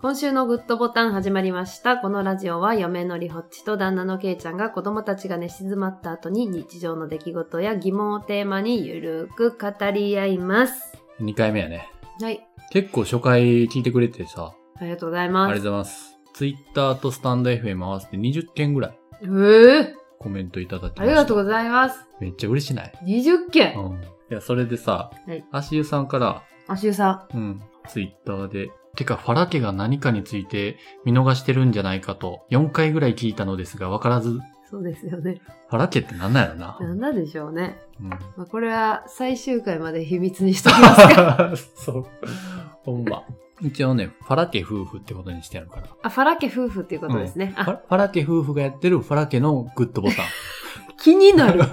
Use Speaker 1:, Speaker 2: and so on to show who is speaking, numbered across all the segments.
Speaker 1: 今週のグッドボタン始まりました。このラジオは嫁のりほっちと旦那のけいちゃんが子供たちが寝静まった後に日常の出来事や疑問をテーマにゆるく語り合います。
Speaker 2: 2回目やね。
Speaker 1: はい。
Speaker 2: 結構初回聞いてくれてさ、
Speaker 1: ありがとうござい
Speaker 2: あ
Speaker 1: ま
Speaker 2: りがとう
Speaker 1: す。
Speaker 2: ございます。ツイッターとスタンド FM 合わせて20件ぐらい
Speaker 1: えー、
Speaker 2: コメントいただきました。
Speaker 1: ありがとうご
Speaker 2: い
Speaker 1: ざいます。
Speaker 2: ます。めっちゃ嬉しない。
Speaker 1: 20件
Speaker 2: うん。いや、それでさ、
Speaker 1: はい
Speaker 2: アシユさんから、
Speaker 1: あしゅうさ
Speaker 2: うん、ツイッターで、てか、ファラ家が何かについて見逃してるんじゃないかと、4回ぐらい聞いたのですが、わからず、フ
Speaker 1: ん。そうですよね。
Speaker 2: ァラ家ってなんなんやろな。
Speaker 1: なんだでしょうね。
Speaker 2: うん。
Speaker 1: まあ、これは最終回まで秘密にしておきますか。
Speaker 2: そう。ほんま。一応ね、ファラ家夫婦ってことにしてあるから。
Speaker 1: あ、ファラ家夫婦っていうことですね。
Speaker 2: フ
Speaker 1: あ、
Speaker 2: ァファラ家夫婦がやってるファラ家のグッドボタン。
Speaker 1: 気にな る。
Speaker 2: で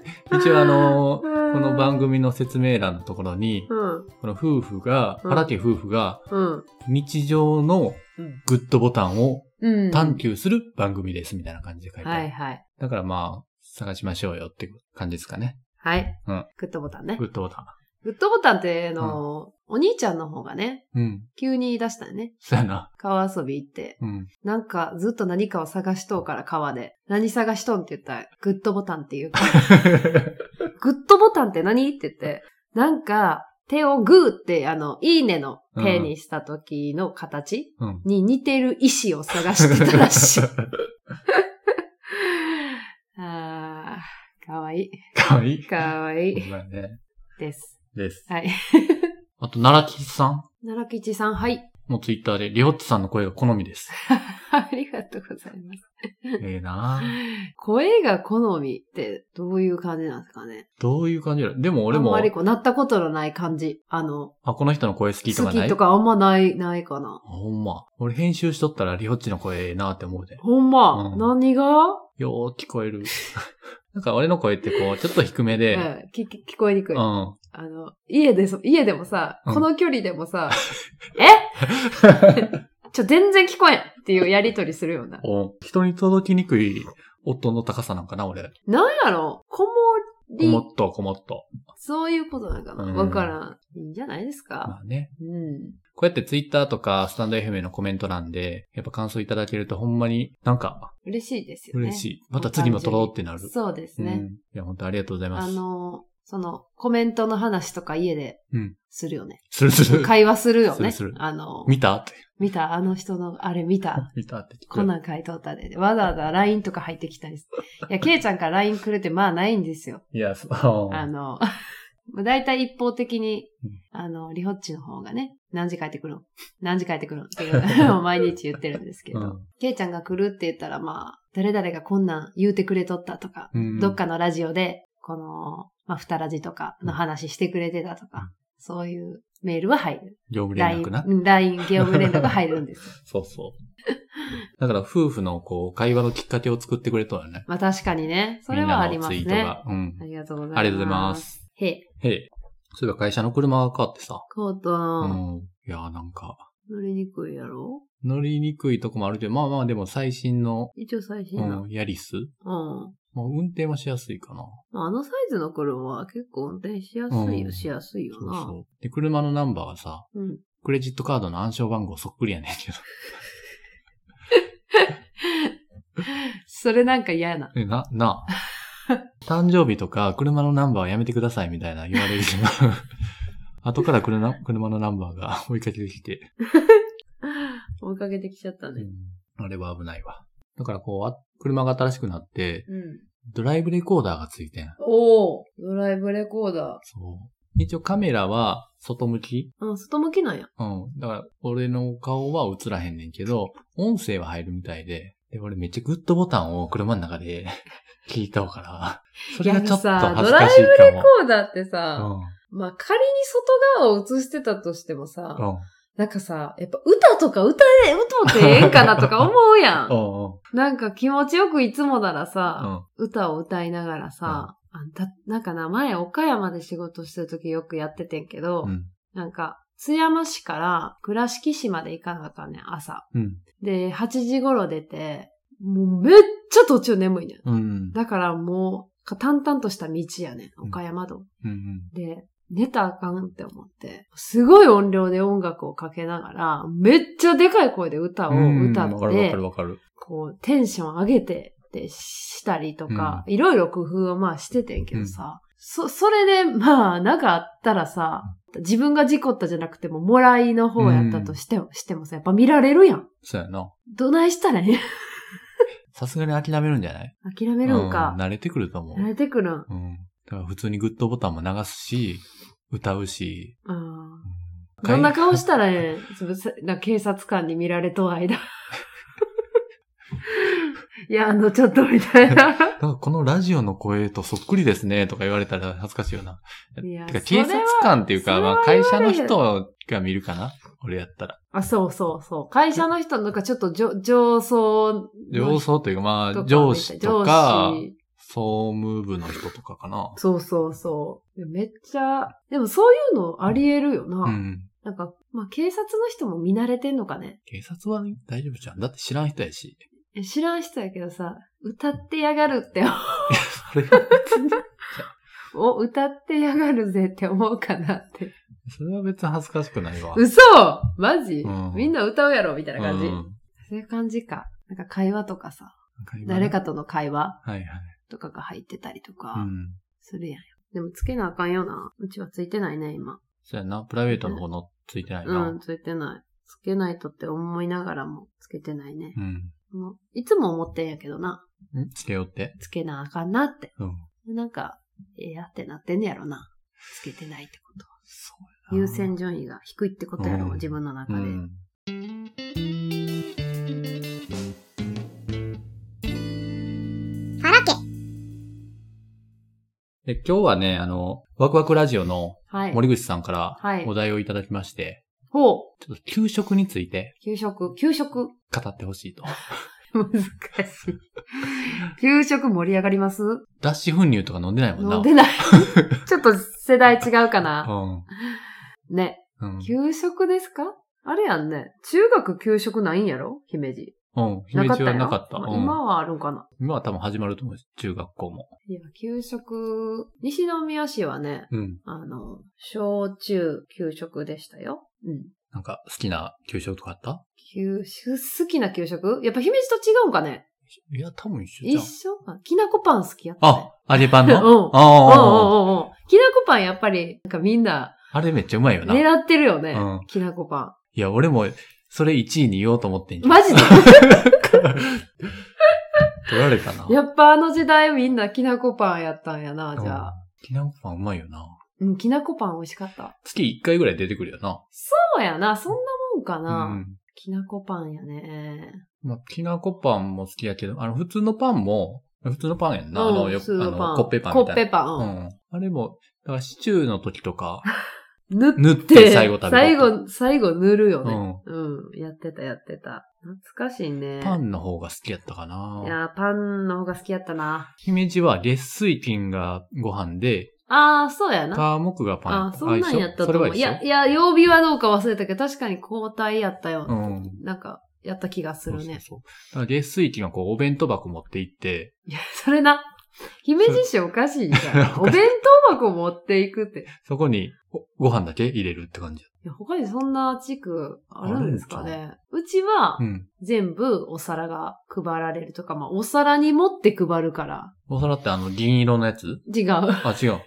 Speaker 2: 一応あの
Speaker 1: う
Speaker 2: ー、
Speaker 1: ん
Speaker 2: この番。組の説明欄のところに
Speaker 1: う、ん、
Speaker 2: この夫婦が、
Speaker 1: う
Speaker 2: フ
Speaker 1: ん
Speaker 2: ァラ家夫婦が
Speaker 1: うん。
Speaker 2: 日常の
Speaker 1: うん
Speaker 2: グッドボタンを
Speaker 1: うん。
Speaker 2: 探求する番組ですみたいな感じで書いてあ
Speaker 1: は
Speaker 2: る。
Speaker 1: いはい。
Speaker 2: だからまあ、探しましょうよって感じですかね。
Speaker 1: はい。
Speaker 2: うん
Speaker 1: グッドボタンね
Speaker 2: グ。ッドボタ
Speaker 1: グッドボタンって、あの、お兄ちゃんの方がね、
Speaker 2: ン。うん。
Speaker 1: 急に言い出したよね。
Speaker 2: そうやな。
Speaker 1: 川遊び行って。
Speaker 2: うん。
Speaker 1: なんか、ずっと何かを探しとうから、川で。何探しとんって言ったら、グッドボタンって いうから。グッドボタンって何って言って。なんか、手をグーって、あの、いいねの手にした時の形
Speaker 2: うん。
Speaker 1: に似てる石を探してたら しい。あー、かわい
Speaker 2: かわいい
Speaker 1: い。。かわいい
Speaker 2: ほんまやね。
Speaker 1: です。
Speaker 2: です。
Speaker 1: はい。
Speaker 2: あと、奈良吉さん
Speaker 1: 奈良吉さん、はい。
Speaker 2: もツイッターで、りほっちさんの声が好 みです。
Speaker 1: ありがとうございます。
Speaker 2: ええなぁ
Speaker 1: 声が好みってどういう感じなんですかね
Speaker 2: どういう感じだでも俺
Speaker 1: あん
Speaker 2: も
Speaker 1: ま、りこう、なったことのない感じ。あの、
Speaker 2: あ、この人の声好きと
Speaker 1: 好
Speaker 2: かな
Speaker 1: き
Speaker 2: い
Speaker 1: とかあんまない、ないかな。
Speaker 2: あほんま。俺編集しとったらリホッチの声ええなって思うで。
Speaker 1: ほんま、
Speaker 2: うん
Speaker 1: 何が、
Speaker 2: よー聞こえる。 なんか俺の声ってこう、ちょっと低めで、
Speaker 1: うん聞き聞こえにく
Speaker 2: う
Speaker 1: い。
Speaker 2: ん。
Speaker 1: あの、家でそ、家でもさ、
Speaker 2: うん
Speaker 1: この距離でも さ、え ちょ、全然聞こえんっていうやりとりするような。
Speaker 2: お人に届きにくい音の高さなんかな、俺。
Speaker 1: なんやろこも
Speaker 2: こ
Speaker 1: り
Speaker 2: もっと、こもっと。
Speaker 1: そういうことなのかな
Speaker 2: うん
Speaker 1: わからん。いいんじゃないですか
Speaker 2: まあね。
Speaker 1: うん。
Speaker 2: こうやってツイッターとかスタンド FM のコメント欄で、やっぱ感想いただけるとほんまになんか
Speaker 1: 嬉しいですよね。
Speaker 2: 嬉しい。また次も撮ろうってなる。
Speaker 1: そうですね。
Speaker 2: うん。いや、本当ありがとうございま
Speaker 1: あ
Speaker 2: す。
Speaker 1: の、その、コメントの話とか家で
Speaker 2: うん、
Speaker 1: するよね。
Speaker 2: するする。
Speaker 1: 会話するよね。
Speaker 2: するする
Speaker 1: あの、
Speaker 2: 見たって。
Speaker 1: 見たあの人の、あれ見た
Speaker 2: 見たって聞く。
Speaker 1: こんなん書いとったで。わざわざ LINE とか入ってきたりす いや、ケイちゃんから LINE くれて、まあないんですよ。
Speaker 2: いや、そう。
Speaker 1: あの、 だいたい一方的に
Speaker 2: うん、
Speaker 1: あの、リホッチの方がね、何時帰ってくるの 何時帰ってくるのっていう のを毎日言ってるんですけ
Speaker 2: う
Speaker 1: ど、
Speaker 2: ん
Speaker 1: ケイちゃんが来るって言ったら、まあ、誰々がこんなん言うてくれとったとか、
Speaker 2: うん
Speaker 1: どっかのラジオで、この、まあ、ふたラジとかの話してくれてたと
Speaker 2: う
Speaker 1: か、そういうメールは入る。
Speaker 2: 業務連
Speaker 1: LINE
Speaker 2: 絡な。
Speaker 1: うん LINE 業務連絡が入るんです よ。
Speaker 2: そうそう。だから夫婦のこう、会話のきっかけを作ってくれたよね。
Speaker 1: まあ、確かにね。それはあります
Speaker 2: みんなのツイート
Speaker 1: ね。
Speaker 2: が。うん
Speaker 1: あ。りがとうございます。
Speaker 2: ありがとうございま。す。
Speaker 1: へえ、
Speaker 2: へえ。そういえば会社の車が変わってさ。
Speaker 1: コート
Speaker 2: う
Speaker 1: ン、
Speaker 2: ん。いや、なんか、
Speaker 1: 乗りにくいやろ
Speaker 2: 乗りにくいとこもあるけど、まあまあでも最新の、
Speaker 1: 一応最新の。
Speaker 2: うん、ヤリス。
Speaker 1: うん。
Speaker 2: まあ運転はしやすいかな。
Speaker 1: まああのサイズの車は結構運転しやすいよ、
Speaker 2: うん
Speaker 1: しやすいよ
Speaker 2: そう
Speaker 1: な。
Speaker 2: そう。で、車のナンバーはさ、
Speaker 1: うん。
Speaker 2: クレジットカードの暗証番号そっくりやねんけど。
Speaker 1: それなんか嫌な。
Speaker 2: え、な、な あ。誕生日とか、車のナンバーはやめてくださいみたいな言 われるけど。後から車車のナンバーが 追いかけてきて、
Speaker 1: 追いかけてきちゃったね。
Speaker 2: あれは危ないわ。だからこうあ、車が新しくなって、
Speaker 1: うん。
Speaker 2: ドライブレコーダーがついてん。
Speaker 1: おー、ドライブレコーダ
Speaker 2: そう。一応カメラは外向き
Speaker 1: ー。うん、外向きなんや。
Speaker 2: うん。だから、俺の顔は映らへんねんけど、音声は入るみたいで、で、俺めっちゃグッドボタンを車の 中で聞いたから、それがちょっと恥ずかしいかも。
Speaker 1: コーダーってさ、まあ仮に外側を映してたとしてもさ、
Speaker 2: うん。うん。
Speaker 1: なんかさ、やっぱ歌とか歌え、歌ってええんかなとか思うやん。
Speaker 2: うん。うん。
Speaker 1: なんか気持ちよくいつもなら
Speaker 2: う
Speaker 1: さ、
Speaker 2: ん。
Speaker 1: 歌を歌いながらさ、あんた、なんかな、前岡山で仕事してる時よくやっててんけど、
Speaker 2: うん。
Speaker 1: なんか、津山市から倉敷市まで行かなあかんねん、朝。
Speaker 2: うん。
Speaker 1: で、8時頃出て、もうめっちゃ途中眠いねん。
Speaker 2: うん。
Speaker 1: だからもう、か淡々とした道やねん、岡山道。
Speaker 2: うん。
Speaker 1: で、寝たらあかんって思って、すごい音量で音楽をかけながら、めっちゃでかい声で歌を
Speaker 2: うん
Speaker 1: 歌
Speaker 2: わか
Speaker 1: っ
Speaker 2: るわか
Speaker 1: て
Speaker 2: る、わかる。
Speaker 1: こう、テンション上げてってしたりとか、いろいろ工夫をまあしててんけどさ、そ、それでまあ、なんかあったらさ、自分が事故ったじゃなくても、もらいの方やったとしても、してもさ、やっぱ見られるやん。
Speaker 2: そうやな。
Speaker 1: どないしたらええ
Speaker 2: さすがに諦めるんじゃない
Speaker 1: 諦めるんか
Speaker 2: うん。慣れてくると思う。
Speaker 1: 慣れてくるん。
Speaker 2: うん。だから普通にグッドボタンも流すし、歌うし。
Speaker 1: うん
Speaker 2: うん
Speaker 1: どんな顔したらええんそうさな警察官に見られとう間。 いや、あの、ちょっと、みたいな。
Speaker 2: なんかこのラジオの声とそっくりですねとか言われたら恥ずかしいよな。
Speaker 1: いや
Speaker 2: てか
Speaker 1: それ
Speaker 2: 警
Speaker 1: は
Speaker 2: 察官っていうか、
Speaker 1: それ
Speaker 2: ま
Speaker 1: は
Speaker 2: あ会社の
Speaker 1: 言
Speaker 2: 人が見るかな俺やったら。
Speaker 1: あ、そうそうそう。会社の人、なんかちょっとじょ、上層
Speaker 2: 上
Speaker 1: の人
Speaker 2: 層というか、ま
Speaker 1: とかみたい。
Speaker 2: あ上司とか
Speaker 1: 上、司
Speaker 2: 総務部の人とかかな。
Speaker 1: そうそうそう。いやめっちゃ、でもそういうのあり得るよな。
Speaker 2: うん。
Speaker 1: なんか、まあ、警察の人も見慣れてんのかね。
Speaker 2: 警察は大丈夫じゃん。だって知らん人やし。
Speaker 1: え知らん人やけどさ、歌ってやがるって、
Speaker 2: それは別に、
Speaker 1: お、歌ってやがるぜって思うかなって。
Speaker 2: それは別に恥ずかしくないわ。
Speaker 1: 嘘マジ、
Speaker 2: うん
Speaker 1: みんな歌うやろみたいな感じ、
Speaker 2: うん
Speaker 1: そういう感じか。なんか会話とかさ、
Speaker 2: わかります
Speaker 1: 誰かとの会話
Speaker 2: はいはい。
Speaker 1: とかが入ってたりと
Speaker 2: う
Speaker 1: か
Speaker 2: ん。
Speaker 1: するやん。でもつけなあかんよな。うちはついてないね、今。
Speaker 2: そうやな。プライベートの方のついてないな。
Speaker 1: うん、ついてない。つけないとって思いながらもつけてないね。
Speaker 2: うん。
Speaker 1: もういつも思ってんやけどな。
Speaker 2: んつけようって。
Speaker 1: つけなあかんなって。
Speaker 2: うん。
Speaker 1: なんか、ええやってなってんねやろな。つけてないってことは。
Speaker 2: そうやな
Speaker 1: 優先順位が低いってことやろ、
Speaker 2: うん
Speaker 1: 自分の中で。
Speaker 2: うん。
Speaker 3: 原家。
Speaker 2: で、今日はね、あの、ワクワクラジオの
Speaker 1: はい。
Speaker 2: 森口さんから
Speaker 1: はい
Speaker 2: お題をいただきまして、
Speaker 1: ほう。
Speaker 2: ちょっと給食について
Speaker 1: 給食、給食。
Speaker 2: 語ってほしいと。
Speaker 1: 難しい。給食盛り上がります
Speaker 2: 脱脂粉乳とか飲んでないもんな。
Speaker 1: 飲んで ない。ちょっと世代違うかな。
Speaker 2: う
Speaker 1: ね。
Speaker 2: ん。うん。
Speaker 1: 給食ですかあれやんね。中学給食ないんやろ姫路。
Speaker 2: うん。姫路は
Speaker 1: よ
Speaker 2: なかった。
Speaker 1: まあ
Speaker 2: うん
Speaker 1: 今はあるんかな。
Speaker 2: 今は多分始まると思うし中学校も。
Speaker 1: いや、給食、西宮市はね、
Speaker 2: うん。
Speaker 1: あの、小中給食でしたよ。うん。
Speaker 2: なんか好きな給食とかあった
Speaker 1: 給食、好きな給食やっぱ姫路と違うんかね
Speaker 2: いや、多分一緒じ
Speaker 1: 一
Speaker 2: ゃん。
Speaker 1: 緒か。きなこパン好きやった、ね
Speaker 2: あ。、揚げパン
Speaker 1: う
Speaker 2: の
Speaker 1: ん
Speaker 2: あ
Speaker 1: おう
Speaker 2: あああ
Speaker 1: おうおうおうきなこパンやっぱり、なんかみんな、
Speaker 2: あれめっちゃうまいよな。
Speaker 1: 狙ってるよね。
Speaker 2: うん
Speaker 1: きなこパ
Speaker 2: いや、俺も、それ1位に言おうと思ってん
Speaker 1: ン。マ ジで
Speaker 2: 取られたな。
Speaker 1: やっぱあの時代みんなきなこパンやったんやな、じゃあ。
Speaker 2: うん。きなこパンうまいよな。
Speaker 1: うん、きなこパン美味しかった。
Speaker 2: 月1回ぐらい出てくるよな。
Speaker 1: そうやな、そんなもんかな。
Speaker 2: うん。
Speaker 1: きなこパンやね。
Speaker 2: まあ、きなこパンも好きやけど、あの、普通のパンも、普通のパンやんな。あ
Speaker 1: う
Speaker 2: の、
Speaker 1: ん
Speaker 2: よ
Speaker 1: 普通
Speaker 2: く、あ
Speaker 1: の
Speaker 2: の、コッペパンみ
Speaker 1: コ
Speaker 2: た
Speaker 1: ッ
Speaker 2: い
Speaker 1: ペ
Speaker 2: な。
Speaker 1: パ
Speaker 2: う
Speaker 1: ン。
Speaker 2: ん。あれも、だからシチューの時とか、
Speaker 1: うん、
Speaker 2: 塗っ
Speaker 1: 塗って
Speaker 2: て最後食べる。
Speaker 1: 最後、最後塗るよ
Speaker 2: う
Speaker 1: ね。
Speaker 2: ん。
Speaker 1: うん、やってたやってた。懐かしいね。
Speaker 2: パンの方が好きやったか
Speaker 1: い
Speaker 2: な。
Speaker 1: やー、パンの方が好きやったな。
Speaker 2: 姫路は月水金がご飯で、
Speaker 1: あー、そうやな。
Speaker 2: 科目がパン
Speaker 1: あー、そんなんやった
Speaker 2: あ一緒そ
Speaker 1: と
Speaker 2: れ
Speaker 1: 思
Speaker 2: は
Speaker 1: う。い
Speaker 2: 一緒
Speaker 1: や、いや、曜日はどうか忘れたけど、確かに交代やったよ。
Speaker 2: うん。
Speaker 1: なんか、やった気がするね。
Speaker 2: そうそうそう。だから月水金がこう、お弁当箱持って行って、
Speaker 1: いや、それな。姫路市おかしいじゃん。お弁当箱持っていくって。い
Speaker 2: そこにごご飯だけ入れるって感じ。
Speaker 1: や、他にそんな地区あるんですか
Speaker 2: ある
Speaker 1: ね。うちは
Speaker 2: うん。
Speaker 1: 全部お皿が配られるとか、まあお皿に持って配るから。
Speaker 2: お皿ってあの、銀色のやつ
Speaker 1: 違 う。
Speaker 2: あ、違う。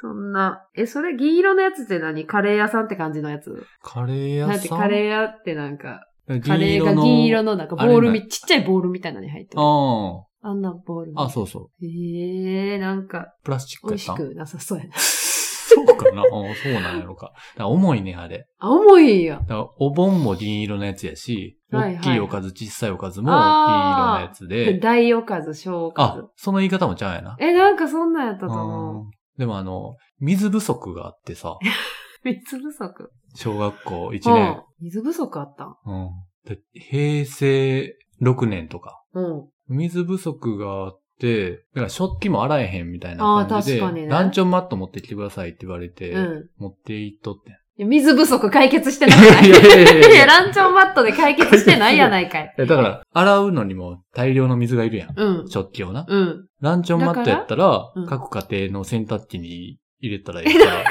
Speaker 1: そんな。え、それ銀色のやつって何カレー屋さんって感じのやつ。
Speaker 2: カレー
Speaker 1: なん
Speaker 2: 屋
Speaker 1: て
Speaker 2: さん
Speaker 1: カレー屋ってなんか、
Speaker 2: ー
Speaker 1: カレーが銀色
Speaker 2: の。
Speaker 1: のなんかボ
Speaker 2: あれね
Speaker 1: ールみ、ちっちゃいボールみたいなのに入ってる。
Speaker 2: あ
Speaker 1: あんなボール。
Speaker 2: あ。あ、そうそう。
Speaker 1: ええー、なんか、
Speaker 2: プラスチッ
Speaker 1: 美
Speaker 2: クやっ
Speaker 1: 味した
Speaker 2: ん
Speaker 1: くなさそうやな。
Speaker 2: そうかな。あそうなんやろか。だから重いね、あれ。
Speaker 1: あ、重いんや。
Speaker 2: だからお盆も銀色のやつやし、
Speaker 1: はいはい
Speaker 2: 大きいおかず、小さいおかずも銀色の
Speaker 1: あー
Speaker 2: やつで、
Speaker 1: 大おかず、小おかず
Speaker 2: あ。、その言い方もちゃうやな。
Speaker 1: え、なんかそんなんやったと思う。
Speaker 2: うんでもあの、水不足があっ てさ、
Speaker 1: 水不足。
Speaker 2: 小学校1
Speaker 1: うん
Speaker 2: 年。。
Speaker 1: 水不足あったん
Speaker 2: うん。で平成6年とか。
Speaker 1: うん。
Speaker 2: 水不足があって、だから食器も洗えへんみたい
Speaker 1: あ
Speaker 2: な
Speaker 1: ー
Speaker 2: 感じで、
Speaker 1: 確かにね
Speaker 2: ランチョンマット持ってきてくださいって言われて、
Speaker 1: うん
Speaker 2: 持って行っと って。
Speaker 1: いや。水不足解決してない
Speaker 2: い
Speaker 1: や
Speaker 2: や
Speaker 1: ない
Speaker 2: いやいやいや
Speaker 1: いや、ランチョンマットで解決してないやないかい。
Speaker 2: えだから、洗うのにも大量の水がいるやん。
Speaker 1: うん。
Speaker 2: 食器をな。
Speaker 1: うん。
Speaker 2: ランチョンマットやったら
Speaker 1: らうん、
Speaker 2: 各家庭の洗濯機に入れたらいいから。
Speaker 1: どういうこ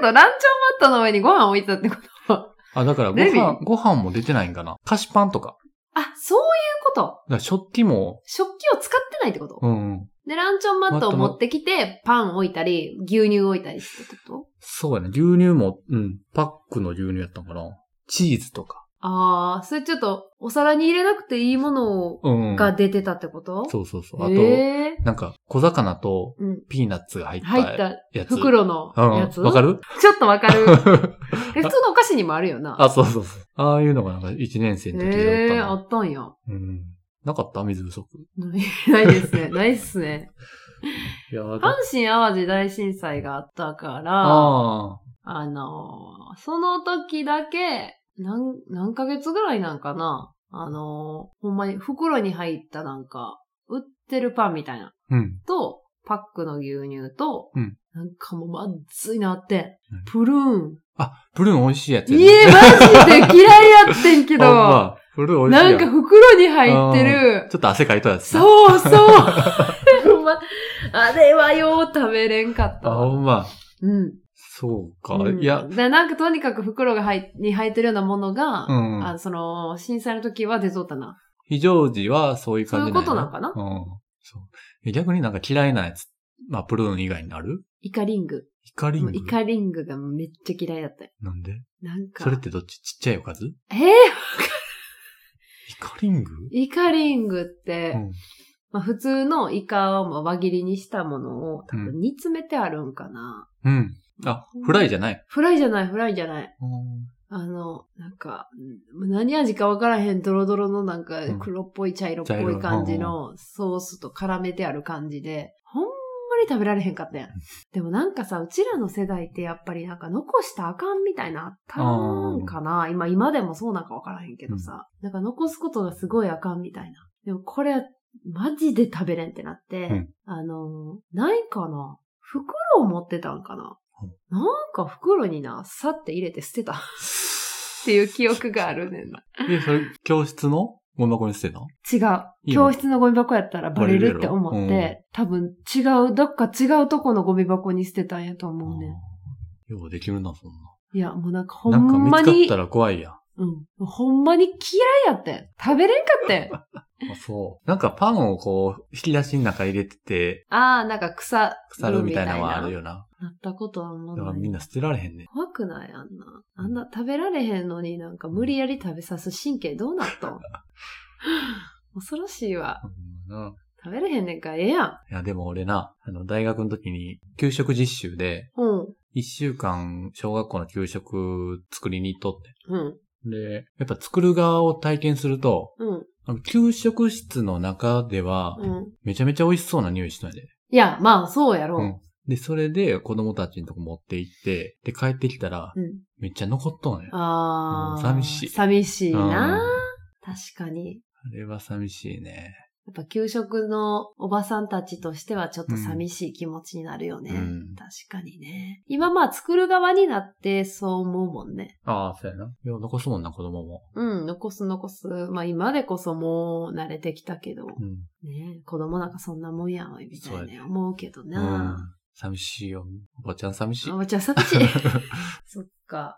Speaker 1: とランチョンマットの上にご飯置いてたってこと
Speaker 2: あ、だからご
Speaker 1: レビ
Speaker 2: 飯、ご飯も出てないんかな。菓子パンとか。
Speaker 1: あ、そういうこと。
Speaker 2: だから食器も、
Speaker 1: 食器を使ってないってこと、
Speaker 2: うんうん。
Speaker 1: で、ランチョンマットを持ってきて、パン置いたり、牛乳置いたりしてってこと
Speaker 2: そうやね。牛乳も、うん。パックの牛乳やったんかな。チーズとか。
Speaker 1: あー、それちょっと、お皿に入れなくていいものを
Speaker 2: うん、うん。
Speaker 1: が出てたってこと
Speaker 2: そうそうそう。あと、
Speaker 1: え
Speaker 2: なんか、小魚と
Speaker 1: ー、うん。
Speaker 2: ピーナッツが入っ
Speaker 1: 入ったた
Speaker 2: やつ。
Speaker 1: 袋の
Speaker 2: うん
Speaker 1: やつ、
Speaker 2: わかる
Speaker 1: ちょっとわかる。 え普通のお菓子にもあるよな。
Speaker 2: あ、そうそうそう。ああいうのがなんか1年生の時
Speaker 1: え
Speaker 2: だった
Speaker 1: ー、あ
Speaker 2: な。
Speaker 1: ったんや。
Speaker 2: うん。なかった水不足。
Speaker 1: ないないです ね。ないっすね。
Speaker 2: いやー
Speaker 1: 阪神淡路大震災があったから、あ
Speaker 2: あ
Speaker 1: のーその時だけ、何、何ヶ月ぐらいなんかなあのーほんまに袋に入ったなんか、売ってるパンみたいな。
Speaker 2: ー。うん。
Speaker 1: と、パックの牛乳と、
Speaker 2: うん
Speaker 1: なんかもうまっずいなって
Speaker 2: うん、
Speaker 1: プルーン。
Speaker 2: あ、プルーン美味しいやつや
Speaker 1: い
Speaker 2: ね
Speaker 1: え、マジで嫌いやってんけ
Speaker 2: あま
Speaker 1: ど、
Speaker 2: あプルーン美味し
Speaker 1: ないん
Speaker 2: や
Speaker 1: か
Speaker 2: ん。
Speaker 1: 袋に入ってる、
Speaker 2: ちょっと汗かいたやつな。
Speaker 1: そう そう。ま、あれはよう食べれんかった
Speaker 2: あ、
Speaker 1: わ。
Speaker 2: ほんま。
Speaker 1: うん。
Speaker 2: そうか。
Speaker 1: うん
Speaker 2: いや、
Speaker 1: でなんかとにかく袋が入に入ってるようなものが、
Speaker 2: うん
Speaker 1: あその、震災の時は出そうたな。
Speaker 2: 非常時はそういう
Speaker 1: そ
Speaker 2: 感じ
Speaker 1: ういうことなんか
Speaker 2: なうん。そう。え逆になんか嫌いなやつ、まあ、プルーン以外にある
Speaker 1: イカリング。
Speaker 2: イカリング
Speaker 1: イカリングがめっちゃ嫌いだったよ。
Speaker 2: なんで
Speaker 1: なんか。
Speaker 2: それってどっちちっちゃいおかずイ
Speaker 1: えー
Speaker 2: カリング
Speaker 1: イカリングって、
Speaker 2: うん。
Speaker 1: まあ普通のイカをまあ輪切りにしたものを多
Speaker 2: う
Speaker 1: 分煮詰めてあるんかな。
Speaker 2: うん。あ、フライじゃない。
Speaker 1: フライじゃない、フライじゃない。
Speaker 2: うん
Speaker 1: あの、なんか、うん何味かわからへんドロドロのなんか
Speaker 2: うん
Speaker 1: 黒っぽい茶色っぽ
Speaker 2: 茶色
Speaker 1: い感じのソースと絡めてある感じで、ほんまに食べられへんかったやん。でもなんかさ、うちらの世代ってやっぱりなんか残したらあかんみたいなあったんかな今、今でもそうなんかわからへんけどさ、なんか残すことがすごいあかんみたいな。でもこれ、マジで食べれんってなって、
Speaker 2: うん
Speaker 1: あの、ないかな袋を持ってたんかな、なんか袋にな、さって入れて捨てた。っていう記憶があるねんな。
Speaker 2: え、それ、教室のゴミ箱に捨てたの
Speaker 1: 違う。
Speaker 2: いいの
Speaker 1: 教室のゴミ箱やったらバレるって思
Speaker 2: バレ
Speaker 1: っ
Speaker 2: るやろ
Speaker 1: て、多分違う、どっか違うとこのゴミ箱に捨てたんやと思うねん。
Speaker 2: ようできるな、そん
Speaker 1: いや、もうなんかほ
Speaker 2: な。なんか
Speaker 1: んま
Speaker 2: 見つかっ
Speaker 1: に
Speaker 2: た、ら怖いやん。
Speaker 1: うん。ほんまに嫌いやってん。食べれんかってん。
Speaker 2: あ、そう。なんかパンをこう、引き出しの中入れてて、
Speaker 1: あー、なんか腐、
Speaker 2: 腐るみたいなのはあるよな。
Speaker 1: なったことはあんま
Speaker 2: だから
Speaker 1: な
Speaker 2: み
Speaker 1: い。
Speaker 2: んな捨てられへんね。
Speaker 1: 怖くないあんな。あんな食べられへんのになんか無理やり食べさす神経どうなっ とん恐ろしいわ。
Speaker 2: うんな。
Speaker 1: 食べれへんねんからええやん。
Speaker 2: いや、でも俺な、あの、大学の時に、給食実習で、
Speaker 1: うん。
Speaker 2: 一週間、小学校の給食作りに行っとって。
Speaker 1: うん。
Speaker 2: で、やっぱ作る側を体験すると、
Speaker 1: うん。
Speaker 2: あの給食室の中では、
Speaker 1: うん。
Speaker 2: めちゃめちゃ美味しそうな匂いしたんやで。
Speaker 1: いや、まあ、そうやろう。
Speaker 2: うんで、それで子供たちのとこ持って行って、で、帰ってきたら、
Speaker 1: うん。
Speaker 2: めっちゃ残っとんね。
Speaker 1: あ
Speaker 2: あう
Speaker 1: あ。
Speaker 2: ん寂しい
Speaker 1: 寂しいな
Speaker 2: うん。
Speaker 1: 確かに。
Speaker 2: れは寂しいね。
Speaker 1: やっぱ給食のおばさんたちとしてはちょっと寂しい気持ちになるよね。
Speaker 2: うん
Speaker 1: 確かにね。今まあ作る側になってそう思うもんね。
Speaker 2: ああ、そうやな。よう残すもんな、子供も。
Speaker 1: うん、残す残す。まあ今でこそもう慣れてきたけど、
Speaker 2: うん。
Speaker 1: ね子供なんかそんなもんやんわいみた
Speaker 2: そうや
Speaker 1: い
Speaker 2: ね
Speaker 1: な思うけど
Speaker 2: うん
Speaker 1: な。。
Speaker 2: 寂しいよ。おばちゃん寂しい。
Speaker 1: あ、
Speaker 2: うん。
Speaker 1: もちゃん寂 しい。そっか。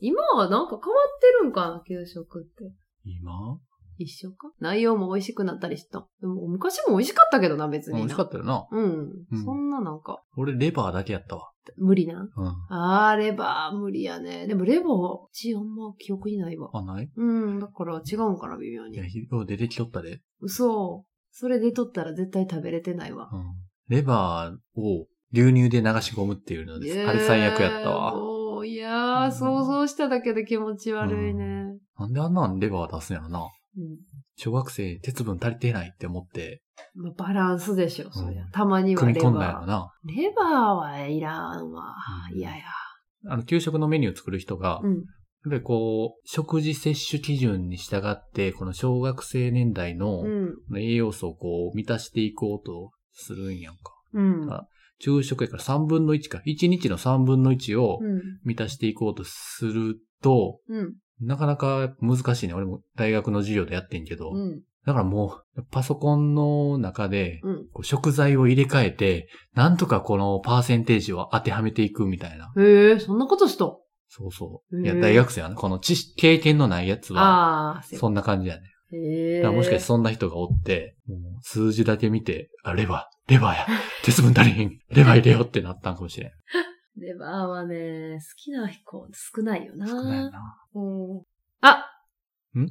Speaker 1: 今はなんか変わってるんかな、給食って。
Speaker 2: 今
Speaker 1: 一緒か内容も美味しくなったりした。でも昔も美味しかったけどな、別に
Speaker 2: 美
Speaker 1: な。
Speaker 2: 味しかったよな。
Speaker 1: うん。
Speaker 2: うん
Speaker 1: そんななんか、
Speaker 2: 俺、レバーだけやったわ。
Speaker 1: 無理なん
Speaker 2: うん。
Speaker 1: あー、レバー無理やね。でもレバー、うちあんま記憶にないわ。
Speaker 2: あ、ない
Speaker 1: うん、だから違うんかな、微妙
Speaker 2: いや、
Speaker 1: に。
Speaker 2: ひよう出てきとったで。
Speaker 1: 嘘。それでとったら絶対食べれてないわ
Speaker 2: う。ん。レバーを牛乳で流し込むっていうのです。あれ最悪や
Speaker 1: い
Speaker 2: った
Speaker 1: やー
Speaker 2: わ。
Speaker 1: もういやー、想像しただけで気持ち悪いね。
Speaker 2: なんであんなんレバー出すんやろな。
Speaker 1: うん。
Speaker 2: 小学生、鉄分足りてないって思って、
Speaker 1: まあ、バランスでしょ、そりゃ
Speaker 2: うん。
Speaker 1: たまには
Speaker 2: 組
Speaker 1: レ
Speaker 2: み
Speaker 1: バ
Speaker 2: 込んだんやろ
Speaker 1: ー。
Speaker 2: な。
Speaker 1: レバーはいらんわ。
Speaker 2: うん
Speaker 1: いやや。
Speaker 2: あの、給食のメニュー作る人が、
Speaker 1: うん。
Speaker 2: やっぱりこう、食事摂取基準に従って、この小学生年代の
Speaker 1: うん。
Speaker 2: 栄養素をこう、満たしていこうとするんやんか。
Speaker 1: うん。
Speaker 2: あ昼食やから3分の1か。1日の3分の1を
Speaker 1: うん。
Speaker 2: 満たしていこうとすると、
Speaker 1: うん。
Speaker 2: なかなか難しいね。俺も大学の授業でやってんけど、
Speaker 1: うん。
Speaker 2: だからもう、パソコンの中で、
Speaker 1: うん。
Speaker 2: こう食材を入れ替えて、なんとかこのパーセンテージを当てはめていくみたいな。
Speaker 1: へえ、そんなことしと
Speaker 2: そうそう。
Speaker 1: へー
Speaker 2: いや、大学生はね、この知識、経験のないやつ
Speaker 1: ん。
Speaker 2: は、
Speaker 1: ああ、そう
Speaker 2: そんな感じだね。
Speaker 1: へ
Speaker 2: だ
Speaker 1: え。
Speaker 2: からもしかしてそんな人がおって、もう数字だけ見て、あ、レバー、レバーや、 鉄分足りへん、レバー入れようってなったんかもしれん。
Speaker 1: レバーはね、好きな子少ないよな。
Speaker 2: 少ないよな。
Speaker 1: うん。あ
Speaker 2: ん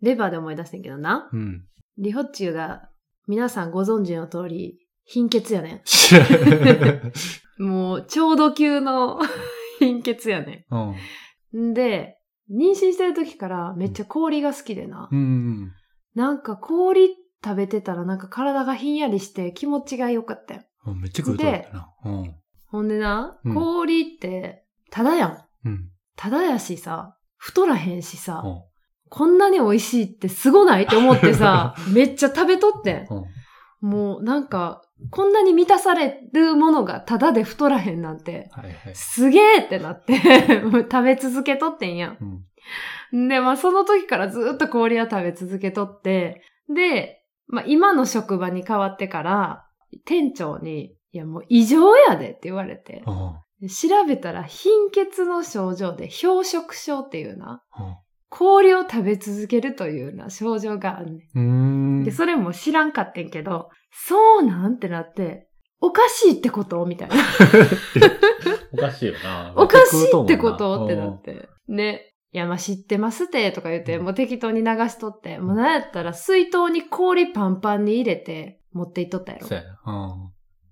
Speaker 1: レバーで思い出してんけどな。
Speaker 2: うん。
Speaker 1: リホッチュが、皆さんご存知の通り、貧血やね
Speaker 2: 知らん
Speaker 1: ん。もう、超度級の 貧血やね
Speaker 2: うん。
Speaker 1: ん。んで、妊娠してる時からめっちゃ氷が好きでな。
Speaker 2: うん。
Speaker 1: なんか氷食べてたらなんか体がひんやりして気持ちが良かったよ。
Speaker 2: うんめっちゃ食うとったな。うん。
Speaker 1: ほんでな、
Speaker 2: うん
Speaker 1: 氷って、ただやん。
Speaker 2: うん。
Speaker 1: ただやしさ、太らへんしさ、
Speaker 2: うん
Speaker 1: こんなに美味しいってすごないって思って さ、めっちゃ食べとってん。
Speaker 2: うん。
Speaker 1: もうなんか、こんなに満たされるものがただで太らへんなんて、
Speaker 2: はいはい。
Speaker 1: すげーって なって、もう食べ続けとってんやん。
Speaker 2: うん。
Speaker 1: で、まあその時からずーっと氷は食べ続けとって、で、まあ今の職場に変わってから、店長に、いやもう異常やでって言われて
Speaker 2: う、ん。
Speaker 1: で調べたら貧血の症状で氷食症っていうな、
Speaker 2: うん
Speaker 1: 氷を食べ続けるというな症状があんね
Speaker 2: うーん。
Speaker 1: ん。で、それも知らんかってんけど、そうなんてなって、おかしいってことみたいな。
Speaker 2: おかしいよな
Speaker 1: おかしいってことってなって。ね。いや、まあ、知ってますって、とか言って、
Speaker 2: うん
Speaker 1: もう適当に流しとって、もうなんやったら水筒に氷パンパンに入れて持っていっとったやろ。
Speaker 2: そうやな。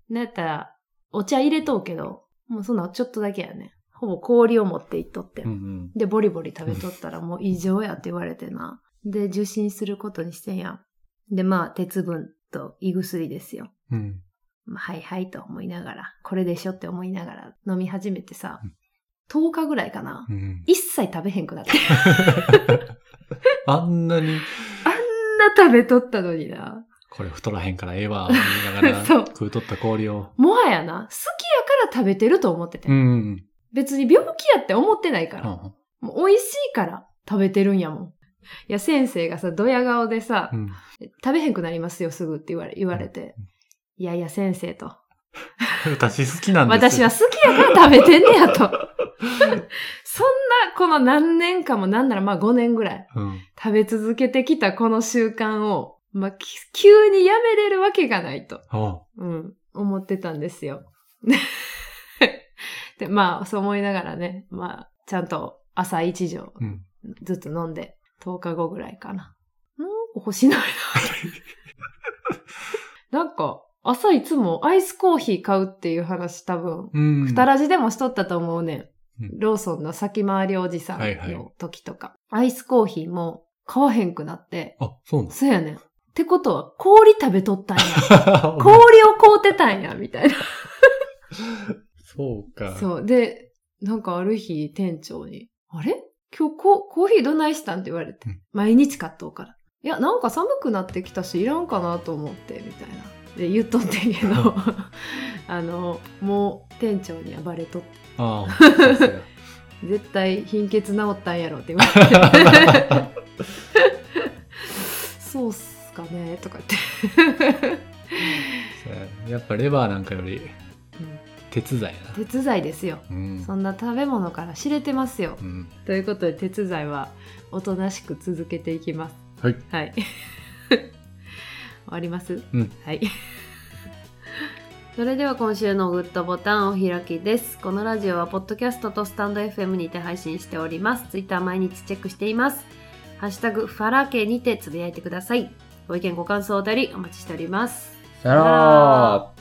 Speaker 2: うん。
Speaker 1: なんやったら、お茶入れとうけど、もうそんなちょっとだけやね。ほぼ氷を持っていっとって。
Speaker 2: うんうん。
Speaker 1: で、ボリボリ食べとったらもう異常やって言われてな。で、受診することにしてんやん。で、まあ、鉄分と胃薬ですよ。
Speaker 2: うん。
Speaker 1: まあはいはいと思いながら、これでしょって思いながら飲み始めてさ、10日ぐらいかな。
Speaker 2: うん。
Speaker 1: 一切食べへんくなって。
Speaker 2: あんなに、
Speaker 1: あんな食べとったのにな。
Speaker 2: これ太らへんからええわ、思いなが ら
Speaker 1: そう
Speaker 2: 食うとった氷を。
Speaker 1: もはやな、好きやから食べてると思ってて。
Speaker 2: うん。
Speaker 1: 別に病気やって思ってないか
Speaker 2: う
Speaker 1: ら。
Speaker 2: ん。
Speaker 1: もう美味しいから食べてるんやもん。いや、先生がさ、ドヤ顔でさ
Speaker 2: う、ん。
Speaker 1: 食べへんくなりますよ、すぐって言われ言われて。いやいや、先生と。
Speaker 2: 私好きなんです
Speaker 1: 私は好きやから食べてんねやと。そ んな、この何年間もなんならまあ5年ぐらい。
Speaker 2: うん。
Speaker 1: 食べ続けてきたこの習慣を、まあ、き急にやめれるわけがないと、
Speaker 2: おう
Speaker 1: うん、思ってたんですよ。 で、まあ、そう思いながらね、まあ、ちゃんと朝一錠
Speaker 2: うん
Speaker 1: ずつ飲んで、10日後ぐらいかな。うん、欲しないな。なんか、朝いつもアイスコーヒー買うっていう話多分、
Speaker 2: うん。
Speaker 1: くたらじでもしとったと思うねん。
Speaker 2: うん
Speaker 1: ローソンの先回りおじさん
Speaker 2: はいはい
Speaker 1: の時とか。アイスコーヒーも買わへんくなって。
Speaker 2: あ、そうなん
Speaker 1: そうやねん。ってことは氷食べとったんや。
Speaker 2: だ。
Speaker 1: 氷を凍ってたんや、みたいな。
Speaker 2: そうか。
Speaker 1: そう。で、なんかある日店長に、あれ今日ココーヒーどないしたんって言われて
Speaker 2: うん。
Speaker 1: 毎日買っとうから。いや、なんか寒くなってきたし、いらんかなと思って、みたいな。で、言っとってんけど、 あの、もう店長に暴れとって
Speaker 2: あ あ。さすが
Speaker 1: 絶対貧血治ったんやろって言わ れてそうっすかねとか言って
Speaker 2: そうややっぱレバーなんかより
Speaker 1: うん、
Speaker 2: 鉄剤やな。
Speaker 1: 鉄剤ですよ
Speaker 2: うん。
Speaker 1: そんな食べ物から知れてますよ
Speaker 2: うん。
Speaker 1: ということで鉄剤はおとなしく続けていきます
Speaker 2: はい。
Speaker 1: はい 終わります、
Speaker 2: うん
Speaker 1: はい それでは今週のグッドボタンお開きですこのラジオはポッドキャストとスタンド FM にて配信しておりますツイッター毎日チェックしていますハッシュタグファラ家にてつぶやいてくださいご意見ご感想お便りお待ちしております
Speaker 2: さ
Speaker 1: な
Speaker 2: よな
Speaker 1: ら
Speaker 2: ら